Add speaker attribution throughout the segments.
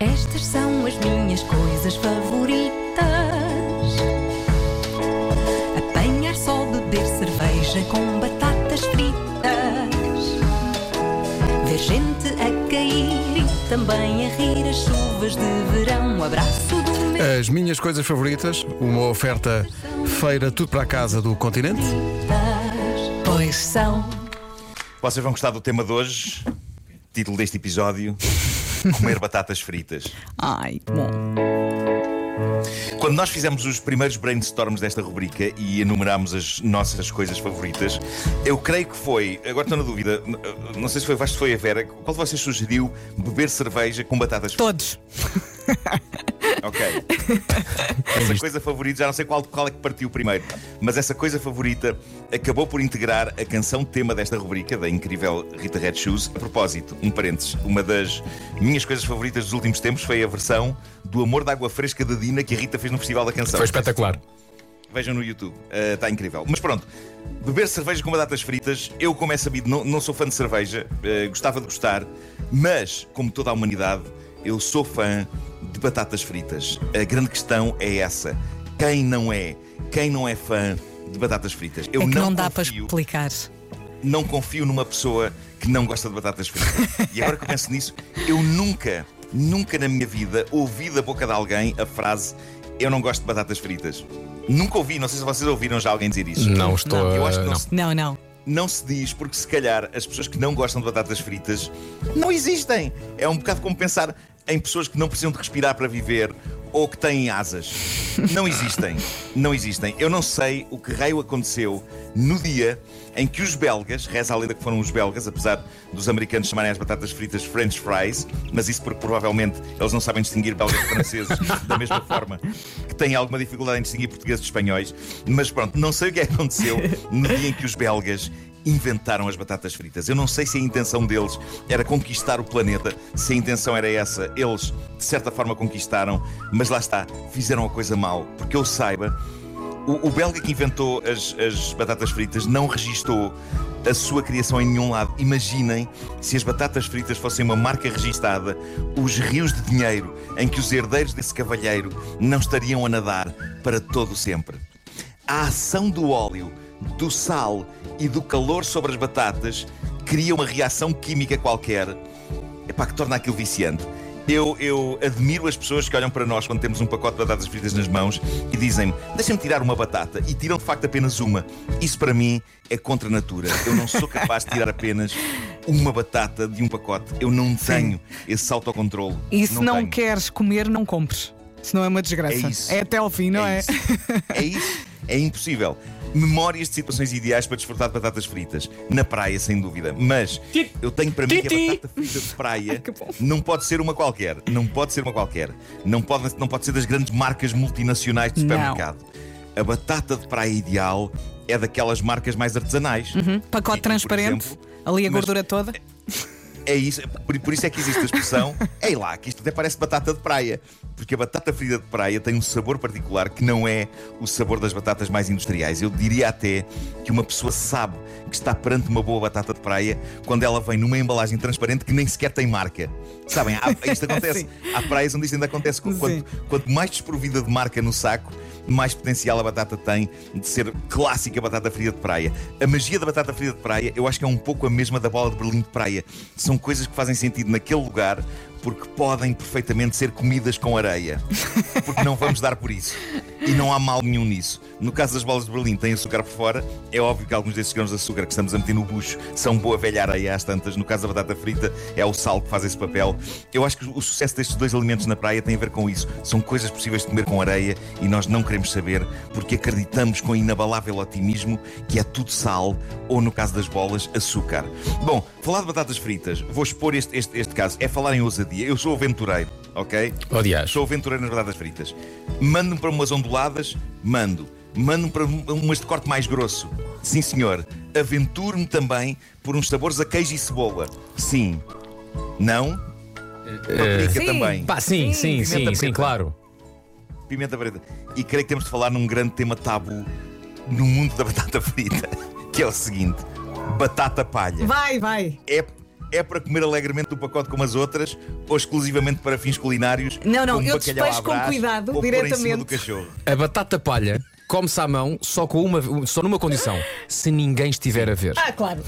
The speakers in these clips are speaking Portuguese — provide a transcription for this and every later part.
Speaker 1: Estas são as minhas coisas favoritas: apanhar sol, beber cerveja com batatas fritas, ver gente a cair e também a rir as chuvas de verão. Um abraço do meu.
Speaker 2: As minhas coisas favoritas, uma oferta feira tudo para a casa do continente.
Speaker 1: Pois são.
Speaker 3: Vocês vão gostar do tema de hoje, título deste episódio: Comer batatas fritas.
Speaker 1: Ai, que bom.
Speaker 3: Quando nós fizemos os primeiros brainstorms desta rubrica e enumerámos as nossas coisas favoritas, eu creio que foi, agora estou na dúvida, n- não sei se foi o Vasco, se foi a Vera, qual de vocês sugeriu beber cerveja com batatas fritas?
Speaker 4: Todos.
Speaker 3: Ok. essa coisa favorita, já não sei qual, qual é que partiu primeiro, mas essa coisa favorita acabou por integrar a canção tema desta rubrica, da incrível Rita Red Shoes. A propósito, um parênteses, uma das minhas coisas favoritas dos últimos tempos foi a versão do Amor da Água Fresca da Dina que a Rita fez no Festival da Canção.
Speaker 5: Foi espetacular.
Speaker 3: Vejam no YouTube, Ah, está incrível. Mas pronto, beber cerveja com batatas fritas, eu, como é sabido, não, não sou fã de cerveja, Ah, gostava de gostar, mas, como toda a humanidade, eu sou fã de batatas fritas. A grande questão é essa: quem não é? Quem não é fã de batatas fritas? Eu
Speaker 4: é que não, dá para
Speaker 3: confio-
Speaker 4: explicar.
Speaker 3: não confio numa pessoa que não gosta de batatas fritas. E agora que eu penso nisso, eu nunca, nunca na minha vida ouvi da boca de alguém a frase eu não gosto de batatas fritas. Nunca ouvi, não sei se vocês ouviram já alguém dizer isso.
Speaker 5: Não estou.
Speaker 3: eu
Speaker 5: a-
Speaker 3: acho que não
Speaker 5: não.
Speaker 3: se-
Speaker 4: Não, não.
Speaker 3: Não se diz, porque se calhar as pessoas que não gostam de batatas fritas não existem. É um bocado como pensar em pessoas que não precisam de respirar para viver ou que têm asas. Não existem. Não existem. Eu não sei o que raio aconteceu no dia em que os belgas, reza a lenda que foram os belgas, apesar dos americanos chamarem as batatas fritas French fries, mas isso porque provavelmente eles não sabem distinguir belgas de franceses da mesma forma que têm alguma dificuldade em distinguir portugueses de espanhóis. Mas pronto, não sei o que é que aconteceu no dia em que os belgas inventaram as batatas fritas. Eu não sei se a intenção deles era conquistar o planeta, se a intenção era essa, eles de certa forma conquistaram, mas lá está, fizeram a coisa mal, porque eu saiba, o, o belga que inventou as, as batatas fritas não registou a sua criação em nenhum lado. Imaginem se as batatas fritas fossem uma marca registada, os rios de dinheiro em que os herdeiros desse cavalheiro não estariam a nadar para todo o sempre. A ação do óleo, do sal e do calor sobre as batatas cria uma reação química qualquer epá, que torna aquilo viciante. Eu, eu admiro as pessoas que olham para nós quando temos um pacote de batatas fritas nas mãos e dizem-me, deixa-me tirar uma batata. E tiram de facto apenas uma. Isso para mim é contra a natura. Eu não sou capaz de tirar apenas uma batata de um pacote. Eu não tenho esse autocontrolo.
Speaker 4: E se não,
Speaker 3: tenho.
Speaker 4: queres comer, não compres. Senão é uma desgraça.
Speaker 3: É isso.
Speaker 4: até ao fim, não é?
Speaker 3: Isso. É isso. É impossível. Memórias de situações ideais para desfrutar de batatas fritas. Na praia, sem dúvida. Mas eu tenho para mim que a batata frita de praia não pode ser uma qualquer. Não pode ser uma qualquer. Não pode, não pode ser das grandes marcas multinacionais de
Speaker 4: Não.
Speaker 3: supermercado. A batata de praia ideal é daquelas marcas mais artesanais.
Speaker 4: Uhum. Pacote
Speaker 3: E, por
Speaker 4: transparente,
Speaker 3: exemplo,
Speaker 4: ali a
Speaker 3: mas-
Speaker 4: gordura toda.
Speaker 3: É isso, por, por isso é que existe a expressão Ei lá, que isto até parece batata de praia Porque a batata frita de praia tem um sabor particular Que não é o sabor das batatas mais industriais Eu diria até que uma pessoa sabe Que está perante uma boa batata de praia Quando ela vem numa embalagem transparente Que nem sequer tem marca Sabem, há- isto acontece
Speaker 4: Sim.
Speaker 3: Há praias onde isto ainda acontece
Speaker 4: Sim.
Speaker 3: quanto, quanto mais desprovida de marca no saco mais potencial a batata tem de ser clássica batata frita de praia. A magia da batata frita de praia, eu acho que é um pouco a mesma da bola de Berlim de praia. São coisas que fazem sentido naquele lugar porque podem perfeitamente ser comidas com areia. Porque não vamos dar por isso. E não há mal nenhum nisso. No caso das bolas de Berlim, têm açúcar por fora. É óbvio que alguns desses grãos de açúcar que estamos a meter no bucho são boa velha areia às tantas. No caso da batata frita, é o sal que faz esse papel. Eu acho que o sucesso destes dois alimentos na praia tem a ver com isso. São coisas possíveis de comer com areia e nós não queremos saber porque acreditamos com inabalável otimismo que é tudo sal ou, no caso das bolas, açúcar. Bom, falar de batatas fritas, vou expor este, este, este caso. É falar em ousadia. Eu sou aventureiro, ok?
Speaker 5: Aliás.
Speaker 3: Sou aventureiro nas batatas fritas. Mando-me para umas onduladas, mando. Mando-me para um- umas de corte mais grosso. Sim, senhor. Aventuro-me também por uns sabores a queijo e cebola. Sim. Não? Paprika
Speaker 4: Sim.
Speaker 3: também.
Speaker 5: Pá, sim, sim,
Speaker 3: Pimenta
Speaker 5: sim, sim,
Speaker 3: preta.
Speaker 5: claro.
Speaker 3: Pimenta preta. E creio que temos de falar num grande tema tabu no mundo da batata frita, que é o seguinte: batata palha.
Speaker 4: Vai, vai.
Speaker 3: É, é para comer alegremente do pacote como as outras ou exclusivamente para fins culinários?
Speaker 4: Não, não,
Speaker 3: como
Speaker 4: eu
Speaker 3: bacalhau à
Speaker 4: despejo com
Speaker 3: Brás
Speaker 4: cuidado,
Speaker 3: ou pôr em cima
Speaker 4: diretamente.
Speaker 3: do cachorro?
Speaker 5: A batata palha come-se à mão só, com uma, só numa condição: se ninguém estiver a ver.
Speaker 4: Ah, claro.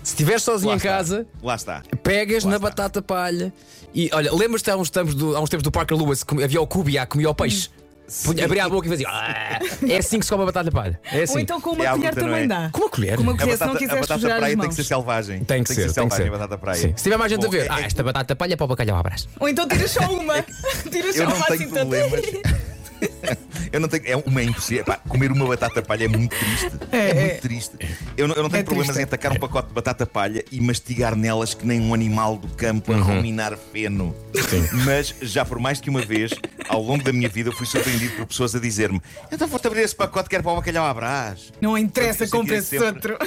Speaker 5: Se estiver sozinho
Speaker 3: Lá
Speaker 5: em
Speaker 3: está.
Speaker 5: casa,
Speaker 3: Lá está.
Speaker 5: pegas
Speaker 3: Lá
Speaker 5: na
Speaker 3: está.
Speaker 5: batata palha e olha, lembras-te há uns tempos do, há uns tempos do Parker Lewis que havia o Kubiak, comia o peixe. Punha- Abria a boca e fazia. "Ah!" É assim que se come a batata palha. É assim.
Speaker 4: Ou então com uma
Speaker 3: É à
Speaker 4: colher
Speaker 3: luta, não
Speaker 4: também
Speaker 3: é?
Speaker 4: dá.
Speaker 5: Com uma colher.
Speaker 4: Com uma
Speaker 3: A
Speaker 4: colher, se
Speaker 3: batata,
Speaker 4: não
Speaker 3: a
Speaker 4: quiseres
Speaker 3: batata
Speaker 4: sujar as
Speaker 3: praia tem que
Speaker 4: mãos.
Speaker 3: ser selvagem.
Speaker 5: Tem que ser, tem que
Speaker 3: selvagem
Speaker 5: ser.
Speaker 3: a batata praia.
Speaker 5: Sim. Se tiver mais gente a
Speaker 3: Bom,
Speaker 5: ver,
Speaker 3: é-
Speaker 5: ah,
Speaker 3: é-
Speaker 5: esta batata palha é para o bacalhau à brás.
Speaker 4: Ou então tiras só uma. tiras só
Speaker 3: Eu não
Speaker 4: uma
Speaker 3: tenho
Speaker 4: assim tanto.
Speaker 3: problemas. Eu não tenho. É uma impossível. Pá, comer uma batata palha é muito triste. É,
Speaker 4: É, é.
Speaker 3: muito triste. Eu não, eu não tenho
Speaker 4: É
Speaker 3: problemas
Speaker 4: triste.
Speaker 3: em atacar um pacote de batata palha e mastigar nelas que nem um animal do campo
Speaker 2: Uhum.
Speaker 3: a ruminar feno. Mas já por mais que uma vez, ao longo da minha vida, eu fui surpreendido por pessoas a dizer-me: então vou-te abrir esse pacote que era para o bacalhau à brás.
Speaker 4: Não
Speaker 3: Eu
Speaker 4: interessa,
Speaker 3: sentia
Speaker 4: compra esse
Speaker 3: sempre-
Speaker 4: outro.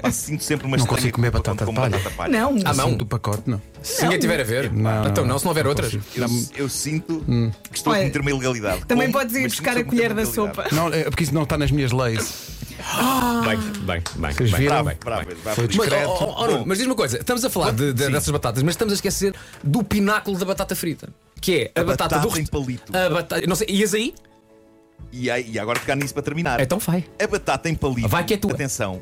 Speaker 3: Pá, sinto sempre uma
Speaker 2: Não
Speaker 3: estranha
Speaker 2: consigo comer
Speaker 3: culpa
Speaker 2: batata
Speaker 3: quando
Speaker 2: de
Speaker 3: como
Speaker 2: palha.
Speaker 4: Não.
Speaker 5: À mão.
Speaker 2: Assim do pacote, não.
Speaker 5: Se ninguém estiver a ver.
Speaker 2: Não,
Speaker 5: então, não,
Speaker 2: não,
Speaker 5: se não houver
Speaker 2: não
Speaker 5: outras.
Speaker 2: consigo.
Speaker 3: Eu, eu sinto
Speaker 2: Hum.
Speaker 3: que estou a
Speaker 4: Olha,
Speaker 3: cometer uma ilegalidade.
Speaker 4: Também
Speaker 3: Como,
Speaker 4: podes ir
Speaker 3: mas é sinto
Speaker 4: buscar
Speaker 3: que
Speaker 4: a
Speaker 3: estou cometer
Speaker 4: colher
Speaker 3: uma
Speaker 4: da
Speaker 3: ilegalidade.
Speaker 4: sopa.
Speaker 2: Não, é porque isso não está nas minhas leis.
Speaker 5: Bem, bem, bem.
Speaker 2: Vocês viram?
Speaker 3: Bravo, bravo, bravo.
Speaker 2: Foi
Speaker 5: Mas,
Speaker 2: discreto.
Speaker 5: oh, oh, oh, Nuno,
Speaker 3: Bom.
Speaker 5: mas diz uma coisa: estamos a falar de- de- dessas batatas, mas estamos a esquecer do pináculo da batata frita. Que é a,
Speaker 3: A
Speaker 5: batata,
Speaker 3: batata
Speaker 5: do
Speaker 3: em
Speaker 5: rest-
Speaker 3: palito.
Speaker 5: A batata. Não sei, ias aí?
Speaker 3: E, aí- e agora ficar nisso para terminar.
Speaker 5: Então vai.
Speaker 3: A batata em palito.
Speaker 5: Vai que é tua.
Speaker 3: Atenção.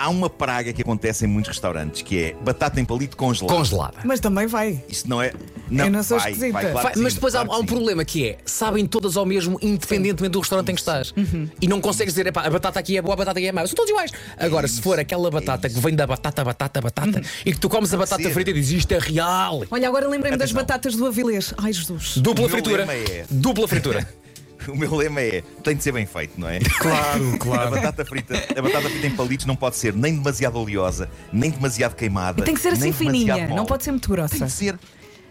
Speaker 3: Há uma praga que acontece em muitos restaurantes que é batata em palito congelada.
Speaker 5: Congelada.
Speaker 4: Mas também vai.
Speaker 3: Isso não é.
Speaker 4: Eu não sou
Speaker 3: vai,
Speaker 4: esquisita.
Speaker 3: vai, claro
Speaker 5: Vai,
Speaker 3: que
Speaker 5: mas
Speaker 3: sim,
Speaker 5: depois há,
Speaker 3: claro
Speaker 5: há um
Speaker 3: que sim.
Speaker 5: problema que é: sabem todas ao mesmo, independentemente do restaurante em que estás.
Speaker 3: Uhum.
Speaker 5: E não consegues dizer, "Epá, a batata aqui é boa, a batata aqui é má. São todos iguais. Agora, se for aquela batata que vem da batata, batata, batata, e que tu comes a batata
Speaker 3: Uhum. ser.
Speaker 5: frita e dizes isto é real.
Speaker 4: Olha, agora lembrei-me das
Speaker 3: Atenção.
Speaker 4: batatas do Avilés. Ai, Jesus.
Speaker 5: Dupla
Speaker 3: meu
Speaker 5: fritura.
Speaker 3: lema é-
Speaker 5: Dupla fritura.
Speaker 3: O meu lema é: tem de ser bem feito, não é?
Speaker 2: Claro,
Speaker 3: A
Speaker 2: claro.
Speaker 3: batata, frita, a batata frita em palitos não pode ser nem demasiado oleosa, nem demasiado queimada.
Speaker 4: E tem que ser assim
Speaker 3: nem
Speaker 4: fininha,
Speaker 3: demasiado
Speaker 4: não
Speaker 3: mole.
Speaker 4: pode ser muito grossa.
Speaker 3: Tem que ser,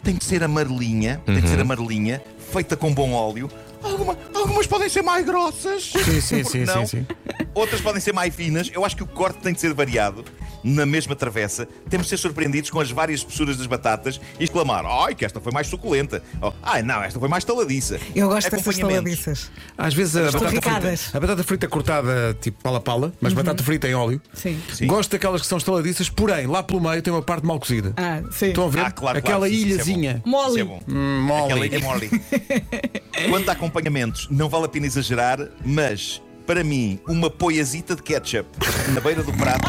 Speaker 3: tem que ser amarelinha, tem que ser amarelinha, feita com bom óleo. Alguma- algumas podem ser mais grossas.
Speaker 2: Sim, sim, sim,
Speaker 3: porque não?
Speaker 2: sim, sim.
Speaker 3: Outras podem ser mais finas. Eu acho que o corte tem de ser variado. Na mesma travessa, temos de ser surpreendidos com as várias espessuras das batatas e exclamar: ai, que esta foi mais suculenta. Ou, ai, não, esta foi mais taladiça.
Speaker 4: Eu gosto dessas
Speaker 3: Acompanhamentos.
Speaker 4: taladiças.
Speaker 2: Às vezes a
Speaker 4: Estão
Speaker 2: batata,
Speaker 4: picadas.
Speaker 2: frita, a batata frita cortada tipo pala-pala, mas batata frita em óleo.
Speaker 4: Uhum. Sim.
Speaker 3: Sim.
Speaker 2: Gosto daquelas que são estaladiças, porém, lá pelo meio tem uma parte mal cozida.
Speaker 4: Ah, sim.
Speaker 2: Estão a ver?
Speaker 3: Ah, claro,
Speaker 2: Aquela
Speaker 3: claro, sim, sim, isso é bom.
Speaker 2: ilhazinha.
Speaker 4: Mole.
Speaker 3: Isso é bom.
Speaker 2: Hum,
Speaker 3: Aquela
Speaker 2: Mole.
Speaker 3: ilha mole. Quanto a acompanhamentos, não vale a pena exagerar, mas para mim, uma poiazita de ketchup na beira do prato.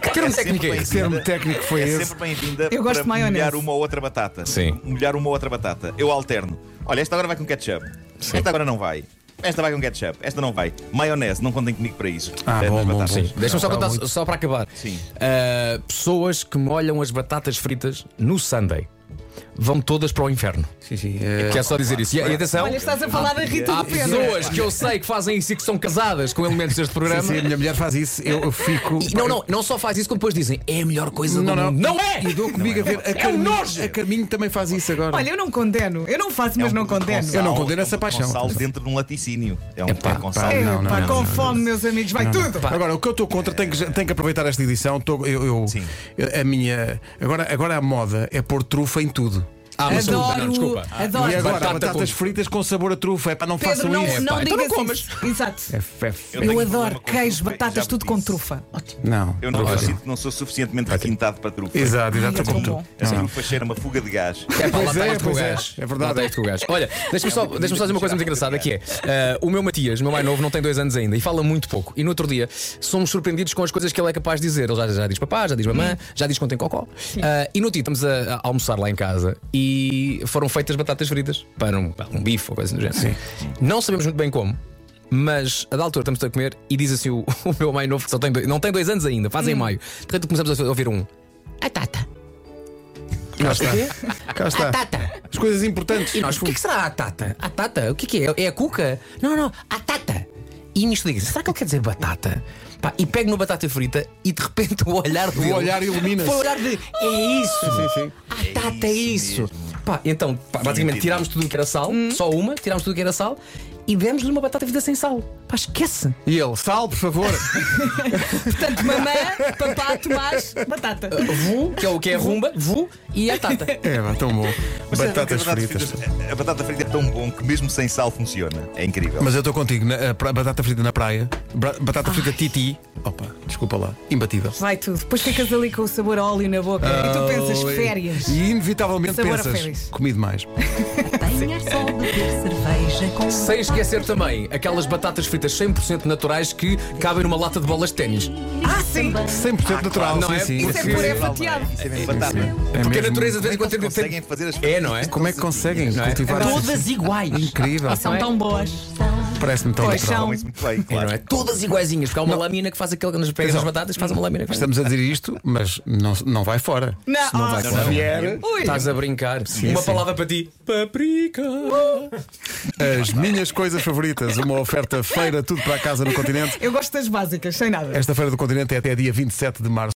Speaker 5: Que termo técnico
Speaker 3: sempre
Speaker 5: é esse?
Speaker 2: Que termo
Speaker 3: bem-vinda.
Speaker 2: técnico foi
Speaker 3: é
Speaker 2: esse?
Speaker 3: sempre bem-vinda
Speaker 4: Eu gosto de
Speaker 3: para molhar
Speaker 4: maionese.
Speaker 3: uma ou outra batata.
Speaker 5: Sim.
Speaker 3: Molhar uma ou outra batata. Eu alterno. Olha, esta agora vai com ketchup. Esta agora não vai. Esta vai com ketchup. Esta não vai. Maionese, não contem comigo para isso.
Speaker 2: Ah,
Speaker 3: Eh,
Speaker 2: bom,
Speaker 3: nas
Speaker 2: bom,
Speaker 3: batatas.
Speaker 2: sim.
Speaker 5: Deixa-me só
Speaker 2: Não,
Speaker 5: contar,
Speaker 2: não, muito.
Speaker 5: só para acabar.
Speaker 3: Sim.
Speaker 5: Ah, pessoas que molham as batatas fritas no Sunday vão todas para o inferno.
Speaker 2: Sim, sim. é-
Speaker 5: Quero só dizer isso. E, e atenção,
Speaker 4: Olha, estás a falar da Rita
Speaker 5: há
Speaker 4: do Pedro.
Speaker 5: pessoas que eu sei que fazem isso e que são casadas com elementos deste
Speaker 2: Sim,
Speaker 5: programa.
Speaker 2: sim, é a minha mulher faz isso, eu eu fico.
Speaker 5: E não, não, não só faz isso, como depois dizem é a melhor coisa
Speaker 2: Não,
Speaker 5: do
Speaker 2: não.
Speaker 5: mundo. Não é!
Speaker 2: E dou comigo a ver. A
Speaker 5: É um
Speaker 2: Carminho,
Speaker 5: nojo!
Speaker 2: a Carminho também faz isso agora.
Speaker 4: Olha, eu não condeno. Eu não faço, mas
Speaker 3: É um
Speaker 4: não
Speaker 3: puto com
Speaker 4: condeno.
Speaker 3: sal,
Speaker 2: Eu não condeno
Speaker 3: é um
Speaker 2: essa
Speaker 3: puto com
Speaker 2: paixão.
Speaker 3: Sal dentro de um laticínio. É um
Speaker 5: Epá,
Speaker 3: puto com
Speaker 2: pá,
Speaker 3: sal.
Speaker 2: não, não,
Speaker 4: Epá,
Speaker 2: não,
Speaker 4: com
Speaker 2: não,
Speaker 4: fome, meus amigos, vai tudo.
Speaker 2: Então Agora, o que eu estou contra, tenho que, tenho que aproveitar esta edição. Tô- eu, eu-
Speaker 3: Sim.
Speaker 2: eu- a minha. Agora, agora a moda é pôr trufa em tudo.
Speaker 5: Ah, mas
Speaker 4: Adoro,
Speaker 5: não, desculpa.
Speaker 4: adoro.
Speaker 2: E agora,
Speaker 5: Batata
Speaker 2: batatas
Speaker 5: com-
Speaker 2: fritas com sabor a trufa. É para não
Speaker 4: Pedro,
Speaker 2: façam
Speaker 4: não,
Speaker 2: isso.
Speaker 4: não
Speaker 5: pá, então
Speaker 4: digas
Speaker 5: não comas.
Speaker 4: isso. Exato.
Speaker 2: É f- é f-
Speaker 3: Eu
Speaker 4: Eu
Speaker 3: tenho
Speaker 4: adoro
Speaker 3: problema com
Speaker 4: queijos,
Speaker 3: trufa, já
Speaker 4: batatas,
Speaker 3: me
Speaker 4: tudo com
Speaker 3: disse.
Speaker 4: trufa. Oh, Ótimo.
Speaker 2: Não.
Speaker 3: Eu não
Speaker 2: trufa.
Speaker 3: sinto que não sou suficientemente requintado para trufa. Então,
Speaker 2: Exato,
Speaker 4: Ai,
Speaker 2: exato.
Speaker 4: é tão
Speaker 2: como tu.
Speaker 4: bom.
Speaker 3: A trufa cheira uma fuga de gás.
Speaker 5: É para lá
Speaker 2: Pois é,
Speaker 5: está isto com o
Speaker 2: pois é.
Speaker 5: gajo.
Speaker 2: É verdade.
Speaker 5: Lá está isto com o gajo. Olha, deixa-me
Speaker 2: É um
Speaker 5: só, deixa só dizer uma coisa muito engraçada que é: ah, o meu Matias, meu mais novo, não tem dois anos ainda e fala muito pouco. E no outro dia somos surpreendidos com as coisas que ele é capaz de dizer. Ele já, já diz papá, já diz mamã, já diz quando tem cocó. Ah, e no dia estamos a, a almoçar lá em casa e foram feitas batatas fritas para um, para um bife ou coisa do género. Não sabemos muito bem como. Mas a da altura estamos a comer e diz assim o, o meu mais novo que só tem dois, não tem dois anos ainda, faz em maio. De repente começamos a ouvir um. A tata.
Speaker 2: Cá está. Cá está.
Speaker 5: Tata.
Speaker 2: As coisas importantes.
Speaker 5: E nós, o que, é que será a tata? A tata? O que é que é? É a cuca? Não, não, a tata. E nisto digo, será que ele quer dizer batata? Pá, e pego no batata frita e de repente o olhar dele.
Speaker 2: olhar ilumina-se.
Speaker 5: Foi o olhar de. É isso!
Speaker 2: Sim, sim. tipo-
Speaker 5: A tata é
Speaker 3: isso
Speaker 5: isso! Pá, então, pá, basicamente
Speaker 3: entendi.
Speaker 2: Hum?
Speaker 5: tirámos tudo o que era sal, só uma, tirámos tudo o que era sal e demos-lhe uma batata frita sem sal. Pá, esquece.
Speaker 2: E ele, sal, por favor.
Speaker 4: Portanto, mamã, papá, Tomás, batata.
Speaker 5: Vu, que é o que é rumba, vu e a tata.
Speaker 2: É, pá, tão bom.
Speaker 3: Mas é, sabe que a
Speaker 2: Batatas fritas.
Speaker 3: A batata frita é tão bom que mesmo sem sal funciona. É incrível.
Speaker 2: Mas eu estou contigo, na, a pra- batata frita na praia, bra- batata frita titi. Opa, desculpa lá, imbatível.
Speaker 4: Vai tudo. Depois ficas ali com o sabor a óleo na boca e tu pensas
Speaker 2: Oh, é.
Speaker 4: férias.
Speaker 2: E inevitavelmente
Speaker 4: Sabor a
Speaker 2: pensas,
Speaker 4: férias.
Speaker 2: comi demais.
Speaker 1: Apanhar só beber cerveja com
Speaker 5: Sem esquecer também aquelas batatas fritas 100% naturais que cabem numa lata de bolas de ténis.
Speaker 4: Ah, sim.
Speaker 2: 100% natural,
Speaker 5: não
Speaker 2: sim,
Speaker 5: é?
Speaker 2: sim.
Speaker 4: Isso é
Speaker 5: Sim.
Speaker 4: puré fatiado.
Speaker 3: Isso é mesmo batata.
Speaker 2: É
Speaker 5: Porque a
Speaker 2: mesmo.
Speaker 5: natureza de vez em quando tem-
Speaker 3: Conseguem
Speaker 5: tem.
Speaker 3: fazer as
Speaker 5: É, não é?
Speaker 2: Como é que conseguem
Speaker 5: Não é?
Speaker 2: cultivar essas-
Speaker 6: Todas iguais.
Speaker 2: Incrível,
Speaker 4: São tão boas.
Speaker 2: parece-me tão
Speaker 4: é um Pois
Speaker 2: natural.
Speaker 4: são.
Speaker 3: Comem-se muito bem,
Speaker 5: É,
Speaker 3: claro.
Speaker 5: não é? Todas iguaizinhas, porque há uma lâmina que faz aquele que nos pega nas batatas, faz uma lâmina. que faz-
Speaker 2: Estamos a dizer isto, mas não, não vai fora.
Speaker 4: Não,
Speaker 2: Se não vai
Speaker 4: ah,
Speaker 2: fora. é
Speaker 4: Ui.
Speaker 5: Estás a brincar. uma
Speaker 2: sim.
Speaker 5: palavra para ti: paprika.
Speaker 2: As minhas coisas favoritas, uma oferta feira, tudo para casa no continente.
Speaker 4: Eu gosto das básicas, sem nada.
Speaker 2: Esta feira do continente é até dia 27 de março.